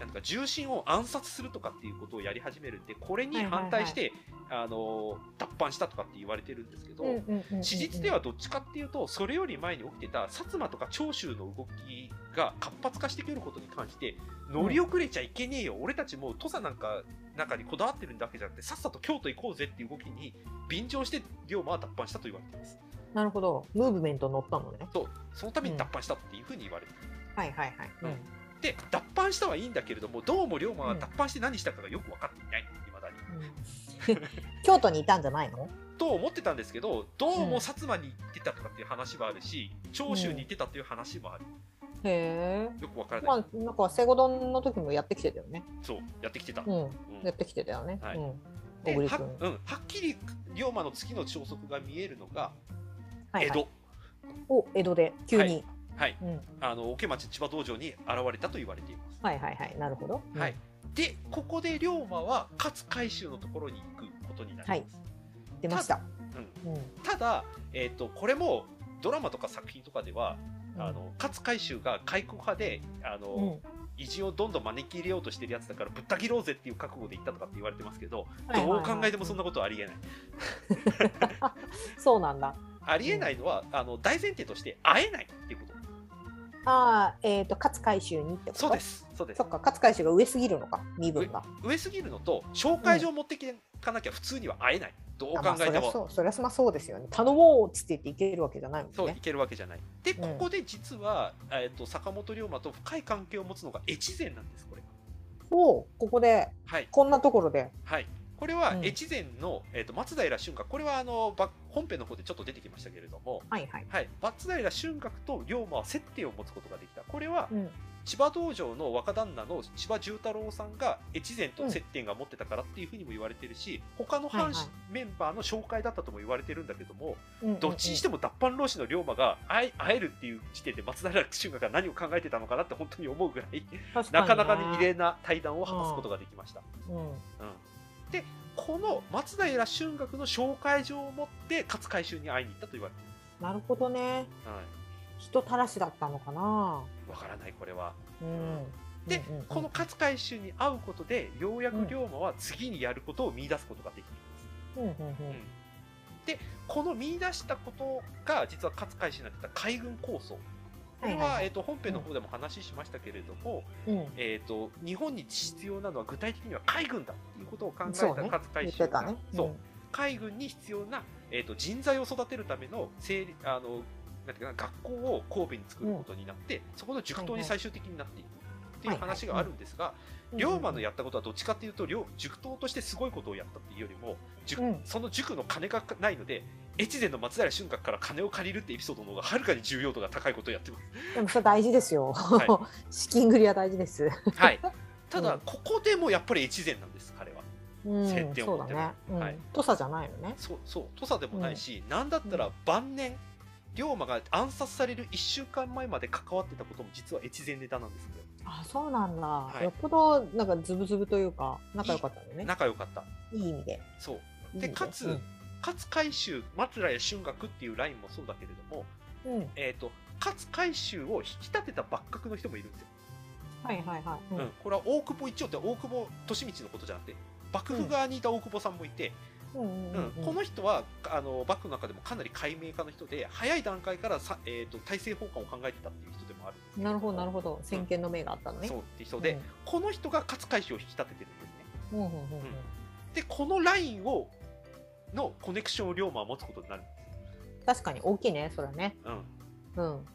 Speaker 3: なんか重心を暗殺するとかっていうことをやり始めるんでこれに反対して、あの脱藩したとかって言われてるんですけど、
Speaker 2: うんうんうんうん
Speaker 3: 史実ではどっちかっていうとそれより前に起きてた薩摩とか長州の動きが活発化してくることに関して乗り遅れちゃいけねえよ、俺たちもう土佐なんか中にこだわってるんだけじゃなくてさっさと京都行こうぜっていう動きに便乗して龍馬は脱藩したと言われています
Speaker 2: なるほどムーブメント乗ったのね
Speaker 3: そうそのために脱藩したっていうふうに言われてる、
Speaker 2: はいはいはい、うん
Speaker 3: で脱藩したはいいんだけれどもどうも龍馬は脱藩して何したかがよく分かっていない未だに
Speaker 2: うん京都にいたんじゃないの
Speaker 3: と思ってたんですけどどうも薩摩に行ってたとかっていう話もあるし長州に行ってたっていう話もある
Speaker 2: へえ
Speaker 3: よく分からない、
Speaker 2: まあなんか西郷どんの時もやってきてたよね
Speaker 3: そうやってきてた、
Speaker 2: うん、
Speaker 3: うん
Speaker 2: やってきてたよね、
Speaker 3: はい
Speaker 2: うん
Speaker 3: で
Speaker 2: 小栗
Speaker 3: は,、
Speaker 2: 君
Speaker 3: うん、はっきり龍馬の次の消息が見えるのが
Speaker 2: はい
Speaker 3: 江戸、
Speaker 2: は
Speaker 3: はい
Speaker 2: い、お江戸で急に、うん、
Speaker 3: あの桶町千葉道場に現れたと言われています、
Speaker 2: はいはいはいなるほど、うん
Speaker 3: はい、でここで龍馬は勝海舟のところに行くことになります、
Speaker 2: はい出ました、うん
Speaker 3: ただ、えー、とこれもドラマとか作品とかでは、あの勝海舟が開国派であの、
Speaker 2: うん
Speaker 3: 偉人をどんどん招き入れようとしてるやつだからぶった切ろうぜっていう覚悟で行ったとかって言われてますけ
Speaker 2: は
Speaker 3: ど、
Speaker 2: いはいはい
Speaker 3: どう考えてもそんなことはありえない、
Speaker 2: そうなんだ
Speaker 3: ありえないのは、あの大前提として会えないっていうこと
Speaker 2: ああえっ、と勝海舟にってこと
Speaker 3: そうですそうです
Speaker 2: そっか勝海舟が上すぎるのか身分が
Speaker 3: 上すぎるのと紹介状持ってきかなきゃ普通には会えない、どう
Speaker 2: あま
Speaker 3: 考
Speaker 2: あ
Speaker 3: え
Speaker 2: そり
Speaker 3: て
Speaker 2: ゃ
Speaker 3: も、
Speaker 2: そうそりゃそまそうですよね頼もうっつって言っていけるわけじゃないもん
Speaker 3: そうい
Speaker 2: ね
Speaker 3: けるわけじゃないで
Speaker 2: ん
Speaker 3: ここで実は、えー、と坂本龍馬と深い関係を持つのが越前なんですこれ
Speaker 2: おうここで
Speaker 3: はい
Speaker 2: こんなところで
Speaker 3: はいこれは
Speaker 2: うん
Speaker 3: 越前の、えー、と松平春嶽これはあのば本編の方でちょっと出てきましたけれども
Speaker 2: はいはい、
Speaker 3: はい、松平春嶽と龍馬は接点を持つことができたこれは
Speaker 2: うん、
Speaker 3: 千葉道場の若旦那の千葉十太郎さんが越前と接点が持ってたからっていうふうにも言われてるし他の
Speaker 2: はいは
Speaker 3: 藩
Speaker 2: い
Speaker 3: 士メンバーの紹介だったとも言われてるんだけども
Speaker 2: うんうんうん
Speaker 3: どっちにしても脱藩浪士の龍馬が会え会えるっていう時点で松平春嶽が何を考えてたのかなって本当に思うぐらい
Speaker 2: 確
Speaker 3: なかなか
Speaker 2: に
Speaker 3: に異例な対談を果たすことができました。
Speaker 2: うん
Speaker 3: うん、でこの松平春嶽の紹介状を持って勝海舟に会いに行ったと言われてい
Speaker 2: なるほどね
Speaker 3: ます。はい
Speaker 2: 人たらしだったのかな
Speaker 3: わからないこれは
Speaker 2: うん
Speaker 3: で、
Speaker 2: うんうんうん
Speaker 3: この勝海舟に会うことでようやく龍馬は次にやることを見出すことができるんです、
Speaker 2: うんうんうん
Speaker 3: この見出したことが実は勝海舟になってた海軍構想これは、
Speaker 2: はいはいはい
Speaker 3: えー、と本編の方でも話ししましたけれども、
Speaker 2: うん
Speaker 3: えー、と日本に必要なのは具体的には海軍だっていうことを考えた
Speaker 2: そうね
Speaker 3: 勝海
Speaker 2: 言っ
Speaker 3: 舟
Speaker 2: て
Speaker 3: が
Speaker 2: たね
Speaker 3: そう
Speaker 2: うん
Speaker 3: 海軍に必要な、えー、と人材を育てるための整理あのなんていうかな学校を神戸に作ることになって、そこの塾頭に最終的になっていくっていう話があるんですが、龍馬のやったことはどっちかというと龍塾頭としてすごいことをやったっていうよりも塾
Speaker 2: うん
Speaker 3: その塾の金がないので越前の松平春嶽から金を借りるってエピソードの方がはるかに重要度が高いことをやってます
Speaker 2: でもそれ大事ですよ、
Speaker 3: は
Speaker 2: 資金繰りは大事です
Speaker 3: はいた
Speaker 2: う
Speaker 3: だ
Speaker 2: ん
Speaker 3: ここでもやっぱり越前なんです彼は
Speaker 2: うん
Speaker 3: 設定を
Speaker 2: そうだ
Speaker 3: 持ってる
Speaker 2: ね、うん
Speaker 3: はい
Speaker 2: 土佐じゃないよね
Speaker 3: そうそう土佐でもないし、なんだったら晩年龍馬が暗殺される1週間前まで関わってたことも実は越前ネタなんですよ
Speaker 2: あそうなんだ、
Speaker 3: い
Speaker 2: よっぽどなんかズブズブというか仲良かったんだね
Speaker 3: 仲良かった
Speaker 2: いい意味で
Speaker 3: そう
Speaker 2: いい
Speaker 3: で
Speaker 2: 意味
Speaker 3: かつ、
Speaker 2: うん
Speaker 3: 勝海舟松平春嶽っていうラインもそうだけれども
Speaker 2: うん
Speaker 3: えー、と勝海舟を引き立てた幕閣の人もいるんですよ、
Speaker 2: はいはいはい、う
Speaker 3: うんんこれは大久保一応って大久保利通のことじゃなくて幕府側にいた大久保さんもいて、
Speaker 2: うん
Speaker 3: うんこの人はあの幕府の中でもかなり解明家の人で早い段階からさ、えー、と体制奉還を考えてたっていう人でもあるんですけ
Speaker 2: なるほどなる
Speaker 3: ほ
Speaker 2: ほど先見の明があったのね、
Speaker 3: そうって人で、この人が勝海舟を引き立ててるんですね
Speaker 2: うん、うんうんうんうん
Speaker 3: でこのラインをのコネクションを龍馬は持つことになるんです
Speaker 2: 確かに大きいねそれね
Speaker 3: よ、う
Speaker 2: う
Speaker 3: ん、
Speaker 2: ん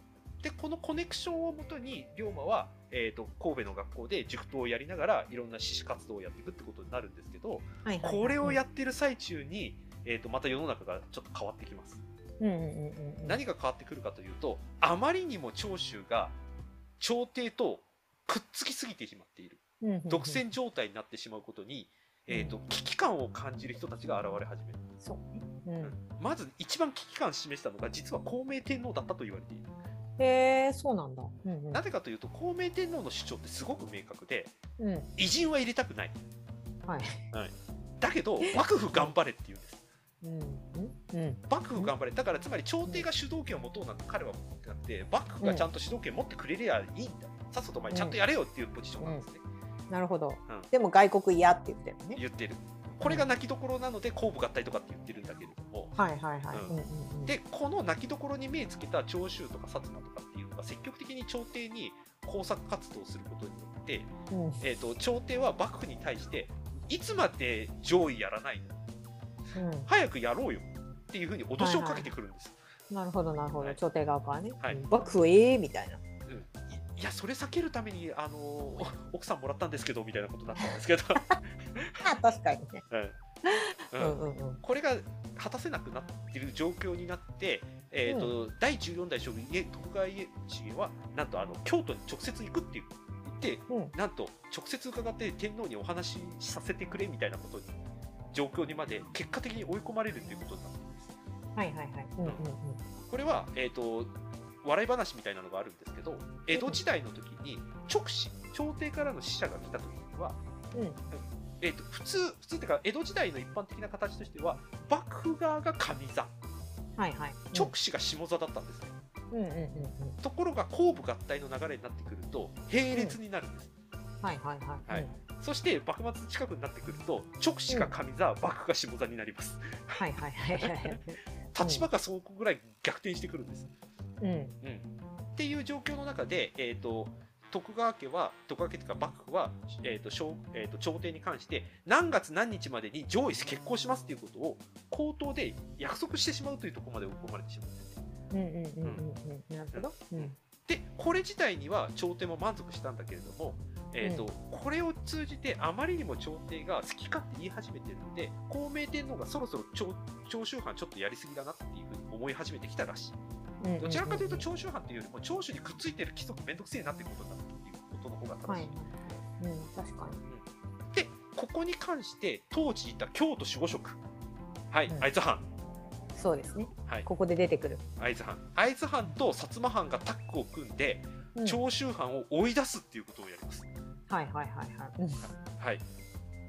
Speaker 3: でこのコネクションをもとに龍馬は、えー、と神戸の学校で塾頭をやりながらいろんな志士活動をやっていくってことになるんですけど
Speaker 2: はいはいはい、
Speaker 3: これをやってる最中に、えー、とまた世の中がちょっと変わってきます
Speaker 2: うんうんうんうん
Speaker 3: 何が変わってくるかというとあまりにも長州が朝廷とくっつきすぎてしまっている
Speaker 2: うんうんうん
Speaker 3: 独占状態になってしまうことに、えー、と危機感を感じる人たちが現れ始める
Speaker 2: そうねうん
Speaker 3: まず一番危機感を示したのが実は孔明天皇だったと言われている
Speaker 2: へえそうなんだ。うんうん
Speaker 3: なぜかというと孔明天皇の主張ってすごく明確で
Speaker 2: うん
Speaker 3: 偉人は入れたくない
Speaker 2: はい。
Speaker 3: だけ ど幕府頑張れっていうんです
Speaker 2: うん。うん。
Speaker 3: 幕府頑張れだからつまり朝廷が主導権を持とうなんて彼は思ってなくて幕府がちゃんと主導権持ってくれりゃいいんださっさとお前ちゃんとやれよっていうポジションなんですね、
Speaker 2: なるほど
Speaker 3: うん。
Speaker 2: でも外国嫌って言ってるね。
Speaker 3: 言ってるこれが泣きどころなので公部合体とかって言ってるんだけれども、
Speaker 2: はいはいはい。
Speaker 3: うん
Speaker 2: うんうんうん。
Speaker 3: でこの泣きどころに目つけた長州とか薩摩とかっていうのが積極的に朝廷に工作活動をすることによって、
Speaker 2: うん、
Speaker 3: えー、と朝廷は幕府に対していつまで上位やらないの
Speaker 2: う
Speaker 3: 早くやろうよっていうふうに脅しをかけてくるんです、
Speaker 2: ん。なるほどなるほ
Speaker 3: は
Speaker 2: ど。
Speaker 3: い
Speaker 2: 朝廷側からね。
Speaker 3: はい
Speaker 2: うん幕府ええみたいな。
Speaker 3: うんいいやそれ避けるためにあのお奥さんもらったんですけどみたいなことだったんで すけど、
Speaker 2: あ確かにね。
Speaker 3: う
Speaker 2: うんんうんうん。
Speaker 3: これが果たせなくなっている状況になって、えーと第14代将軍家徳川家重はなんとあの京都に直接行くっていう言って、
Speaker 2: うん
Speaker 3: なんと直接伺って天皇にお話しさせてくれみたいなことに状況にまで結果的に追い込まれるということになっています。
Speaker 2: はいはいはい。うんうんうん。
Speaker 3: これは、えー、と笑い話みたいなのがあるんですけど江戸時代の時に直視朝廷からの使者が来た時には、
Speaker 2: うん
Speaker 3: えー、と普通普通っていうか江戸時代の一般的な形としては幕府側が上座
Speaker 2: はいはい。
Speaker 3: 直視が下座だったんですね、
Speaker 2: うんうんうんうん。
Speaker 3: ところが公部合体の流れになってくると並列になるんです、
Speaker 2: はいはいはい。
Speaker 3: はい
Speaker 2: うん
Speaker 3: そして幕末近くになってくると直視が上座、幕府が下座になります
Speaker 2: はいはいはいはい。
Speaker 3: 立場がそこぐらい逆転してくるんです
Speaker 2: うん。
Speaker 3: うん、っていう状況の中で、えー、と徳川家は徳川家というか幕府は、えーと将えー、と朝廷に関して何月何日までに上位決行しますということを口頭で約束してしまうというところまで追い込まれてしまう。
Speaker 2: うんうんうんうんうん。なるほど。うん。
Speaker 3: でこれ自体には朝廷も満足したんだけれども、えーとこれを通じてあまりにも朝廷が好き勝手言い始めてるので孔明天皇がそろそろ長長州藩ちょっとやりすぎだなっていうふうに思い始めてきたらしい。
Speaker 2: うんうん
Speaker 3: どちらかというと長州藩というよりも長州にくっついてる貴族めんどくせえなってことになるっていうことの方が正しい、
Speaker 2: はい。うん確か
Speaker 3: でここに関して当時いた京都守護職はい、
Speaker 2: うん
Speaker 3: 会津藩
Speaker 2: に。そうですね。
Speaker 3: はい
Speaker 2: ここで出てくる。
Speaker 3: 会津藩会津藩と薩摩藩がタッグを組んで
Speaker 2: うん
Speaker 3: 長州藩を追い出すっていうことをやります、
Speaker 2: はいはいはいはい。うん
Speaker 3: はい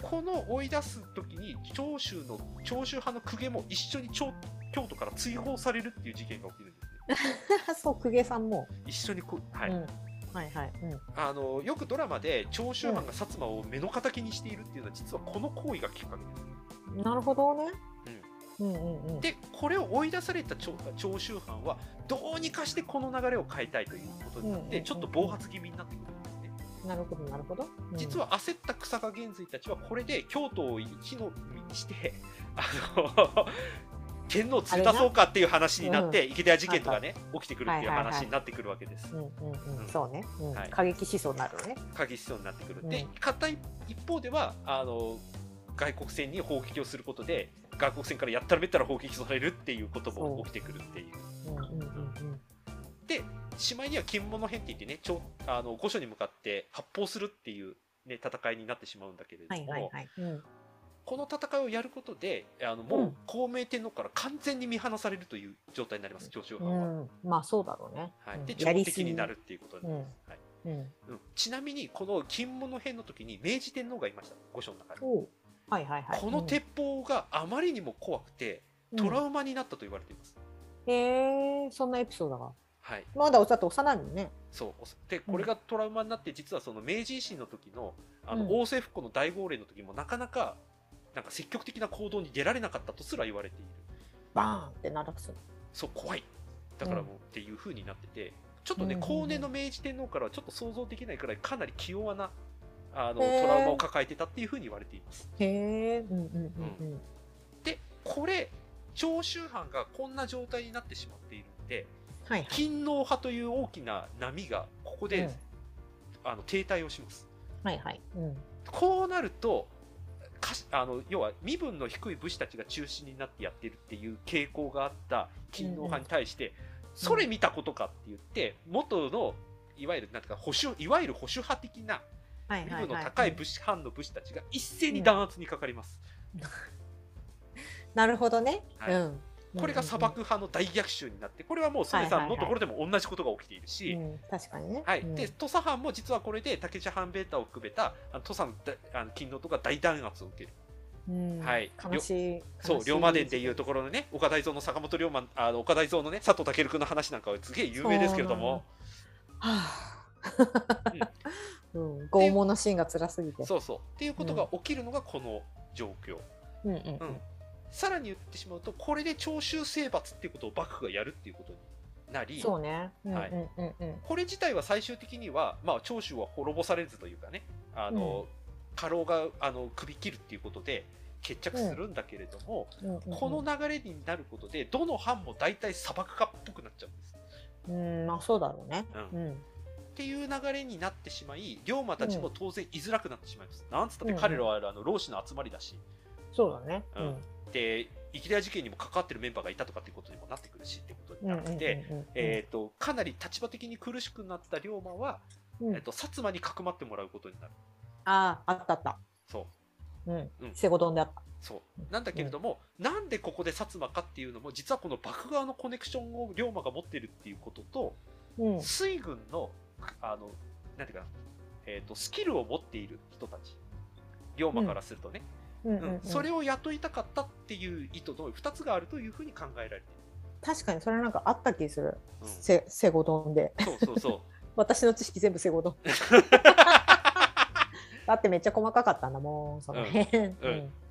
Speaker 3: この追い出す時に長州の長州派の公家も一緒に長京都から追放されるっていう事件が起きるんですね
Speaker 2: そう、公家さんも。
Speaker 3: 一緒にこうはい、
Speaker 2: うんはいはい。うん
Speaker 3: あのよくドラマで長州藩が薩摩を目の敵にしているっていうのは実はこの行為がきっかけです。
Speaker 2: なるほどね。うんうんうん。
Speaker 3: でこれを追い出された長長州藩はどうにかしてこの流れを変えたいということになっ
Speaker 2: うんうんう
Speaker 3: て
Speaker 2: ん
Speaker 3: ちょっと暴発気味になってくるんですね。
Speaker 2: なるほどなるほど。うん
Speaker 3: 実。は焦った草加玄瑞たちはこれで京都を火の海にして あの天皇を連れ出そうかっていう話になって池田屋事件とかね起きてくるっていう
Speaker 2: はいはいはい
Speaker 3: 話になってくるわけです。
Speaker 2: うんうんうん。そうね。うん
Speaker 3: はい
Speaker 2: 過激思想になるよね。
Speaker 3: 鍵必要になってくる。で
Speaker 2: うん、
Speaker 3: 片一方では、あの、外国船に砲撃をすることで、外国船からやったらめったら砲撃されるっていうことも
Speaker 2: そう
Speaker 3: 起きてくるっていう。
Speaker 2: うんうんうん
Speaker 3: で、しまいには金物変って言ってね、ちょあの御所に向かって発砲するっていう、ね、戦いになってしまうんだけれ
Speaker 2: は
Speaker 3: ど
Speaker 2: い
Speaker 3: も、
Speaker 2: はいはい。うん
Speaker 3: この戦いをやることで、あのもううん孔明天皇から完全に見放されるという状態になります、長州藩は。
Speaker 2: うん。まあそうだろうね。
Speaker 3: はい、で、
Speaker 2: うん
Speaker 3: 朝敵になる。っていうことになります。は
Speaker 2: や
Speaker 3: い
Speaker 2: りすぎうん。
Speaker 3: うんちなみに、この金物変の時に明治天皇がいました、御所の中に。
Speaker 2: おうはいはいはい。
Speaker 3: この鉄砲があまりにも怖くて
Speaker 2: うん
Speaker 3: トラウマになったと言われています。
Speaker 2: うんへえ、そんなエピソードが。
Speaker 3: はい、
Speaker 2: まだお茶って幼いのね。
Speaker 3: そうでこれがトラウマになって実はその明治維新の時のあの
Speaker 2: うん
Speaker 3: 王政復古の大号令の時もなかなかなんか積極的な行動に出られなかったとすら言われている
Speaker 2: バーンって鳴らす。
Speaker 3: そう怖いだからもうっていう風になっててちょっとね
Speaker 2: うんうんうん
Speaker 3: 後年の明治天皇からはちょっと想像できないくらいかなり気弱なあの
Speaker 2: へー
Speaker 3: トラウマを抱えてたっていう風に言われています。
Speaker 2: へえ、うんうんうんうん。
Speaker 3: でこれ長州藩がこんな状態になってしまっているので
Speaker 2: はいはい。
Speaker 3: 勤王派という大きな波がここで、
Speaker 2: うん
Speaker 3: あの停滞をします
Speaker 2: はいはい。うん。
Speaker 3: こうなるとかしあの要は身分の低い武士たちが中心になってやってるっていう傾向があった勤王派に対して、それ見たことかって言って元のいわゆるなんていうか保守いわゆる保守派的な
Speaker 2: はい
Speaker 3: 身
Speaker 2: はい
Speaker 3: 分の
Speaker 2: はい。
Speaker 3: 高い武士藩の武士たちが一斉に弾圧にかかります、
Speaker 2: なるほどね。
Speaker 3: はい
Speaker 2: うん。
Speaker 3: これが砂漠派の大逆襲になってこれはもう曽根さんのところでも同じことが起きているし、
Speaker 2: うん、確かにね。
Speaker 3: はい、
Speaker 2: うん
Speaker 3: で土佐藩も実はこれで竹地藩ベータを含めたあの土佐のだあの勤皇とか大弾圧を受ける、
Speaker 2: うん
Speaker 3: はい
Speaker 2: 悲しい。
Speaker 3: そう
Speaker 2: 悲しい
Speaker 3: 龍馬伝でいうところのね岡大蔵の坂本龍馬あの岡大蔵のね佐藤健君の話なんかはすげえ有名ですけれども
Speaker 2: はあ うん、拷問のシーンが辛すぎて。
Speaker 3: そうそうっていうことが起きるのがこの状況、
Speaker 2: うんうんうん
Speaker 3: うんさらに言ってしまうとこれで長州征伐っていうことを幕府がやるっていうことになり
Speaker 2: そうね。うんうん
Speaker 3: はい
Speaker 2: うんうん。
Speaker 3: これ自体は最終的には、まあ、長州は滅ぼされずというかねあの、家老があの首切るっていうことで決着するんだけれども、
Speaker 2: うんうんうん
Speaker 3: この流れになることでどの藩も大体砂漠化っぽくなっちゃうんです。
Speaker 2: うん、まあそうだろうね。
Speaker 3: うん
Speaker 2: うん。
Speaker 3: っていう流れになってしまい龍馬たちも当然居づらくなってしまいます。なんつったって彼らはあの浪士の集まりだし
Speaker 2: そうだね。
Speaker 3: うんで生田屋事件にも関わってるメンバーがいたとかっていうことにもなってくるしってことに
Speaker 2: うん。
Speaker 3: な
Speaker 2: うん
Speaker 3: っ
Speaker 2: うんうんうん
Speaker 3: て。えー、とかなり立場的に苦しくなった龍馬は、
Speaker 2: うん
Speaker 3: えー、と薩摩にかくまってもらうことになる
Speaker 2: ああ、あったあった。
Speaker 3: そう
Speaker 2: うん
Speaker 3: うん。
Speaker 2: セゴドンであった。
Speaker 3: そうなんだけれども、なんでここで薩摩かっていうのも実はこの幕府側のコネクションを龍馬が持ってるっていうことと
Speaker 2: うん。
Speaker 3: 水軍のあのなんていうかな、えー、とスキルを持っている人たち龍馬からするとね、
Speaker 2: うん
Speaker 3: うんそれを雇いたかったっていう意図の2つがあるというふうに考えられている、
Speaker 2: 確かにそれなんかあった気する。
Speaker 3: うん、そう
Speaker 2: セセゴドンで。
Speaker 3: そうそう
Speaker 2: 私の知識全部セゴドン。 だってめっちゃ細かかったんだもん、その辺。
Speaker 3: うん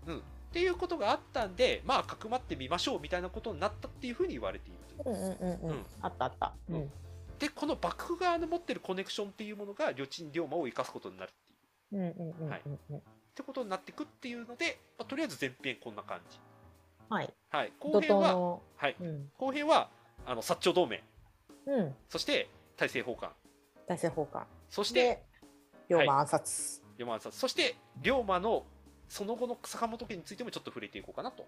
Speaker 3: うん、っていうことがあったんで、まあ、かくまってみましょうみたいなことになったっていうふうに言われているという
Speaker 2: うんうんうんうんう
Speaker 3: う
Speaker 2: んん。あったあった。
Speaker 3: う
Speaker 2: うんん
Speaker 3: で、この幕府側の持ってるコネクションっていうものが、旅賃龍馬を生かすことになるっていう。
Speaker 2: うんうんうんうん
Speaker 3: はい
Speaker 2: うん。
Speaker 3: ってことになっていくっていうので、まあ、とりあえず前編こんな感じ。
Speaker 2: はい。
Speaker 3: はい。
Speaker 2: 怒
Speaker 3: 後編
Speaker 2: 涛
Speaker 3: は、
Speaker 2: の。
Speaker 3: はい。
Speaker 2: うん。
Speaker 3: 後編は、あの、薩長同盟、
Speaker 2: うん。
Speaker 3: そして、大政奉還、
Speaker 2: 大政奉還。
Speaker 3: そして、
Speaker 2: で、龍馬暗殺。
Speaker 3: 龍馬暗殺、そして、龍馬の、その後の坂本家についてもちょっと触れていこうかなと、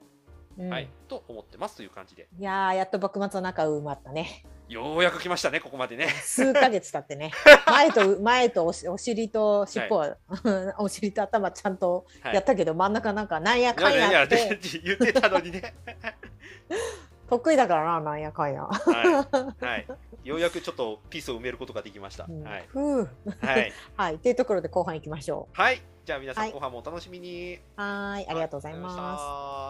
Speaker 2: うん
Speaker 3: はい、と思ってますという感じで、
Speaker 2: いやーやっと幕末の中埋まったね。
Speaker 3: ようやく来ましたね、ここま でね。
Speaker 2: 数ヶ月経って ね。前と前とおしお尻と尻尾は、 お尻と頭ちゃんと
Speaker 3: はい
Speaker 2: やったけど、真ん中なんかなんやかん
Speaker 3: いやい
Speaker 2: や
Speaker 3: や
Speaker 2: っ
Speaker 3: いや
Speaker 2: て
Speaker 3: 言ってたのに ね。
Speaker 2: 得意だからななんやかんや。
Speaker 3: はい、はい、ようやくちょっとピースを埋めることができました。
Speaker 2: うん
Speaker 3: はい、
Speaker 2: ふう
Speaker 3: はい、
Speaker 2: はいっていうところで後半行きましょ
Speaker 3: はい、じゃあ皆さ
Speaker 2: は
Speaker 3: ん
Speaker 2: い
Speaker 3: 後半もお楽しみに。
Speaker 2: う。はーいありがとうございます。
Speaker 3: す。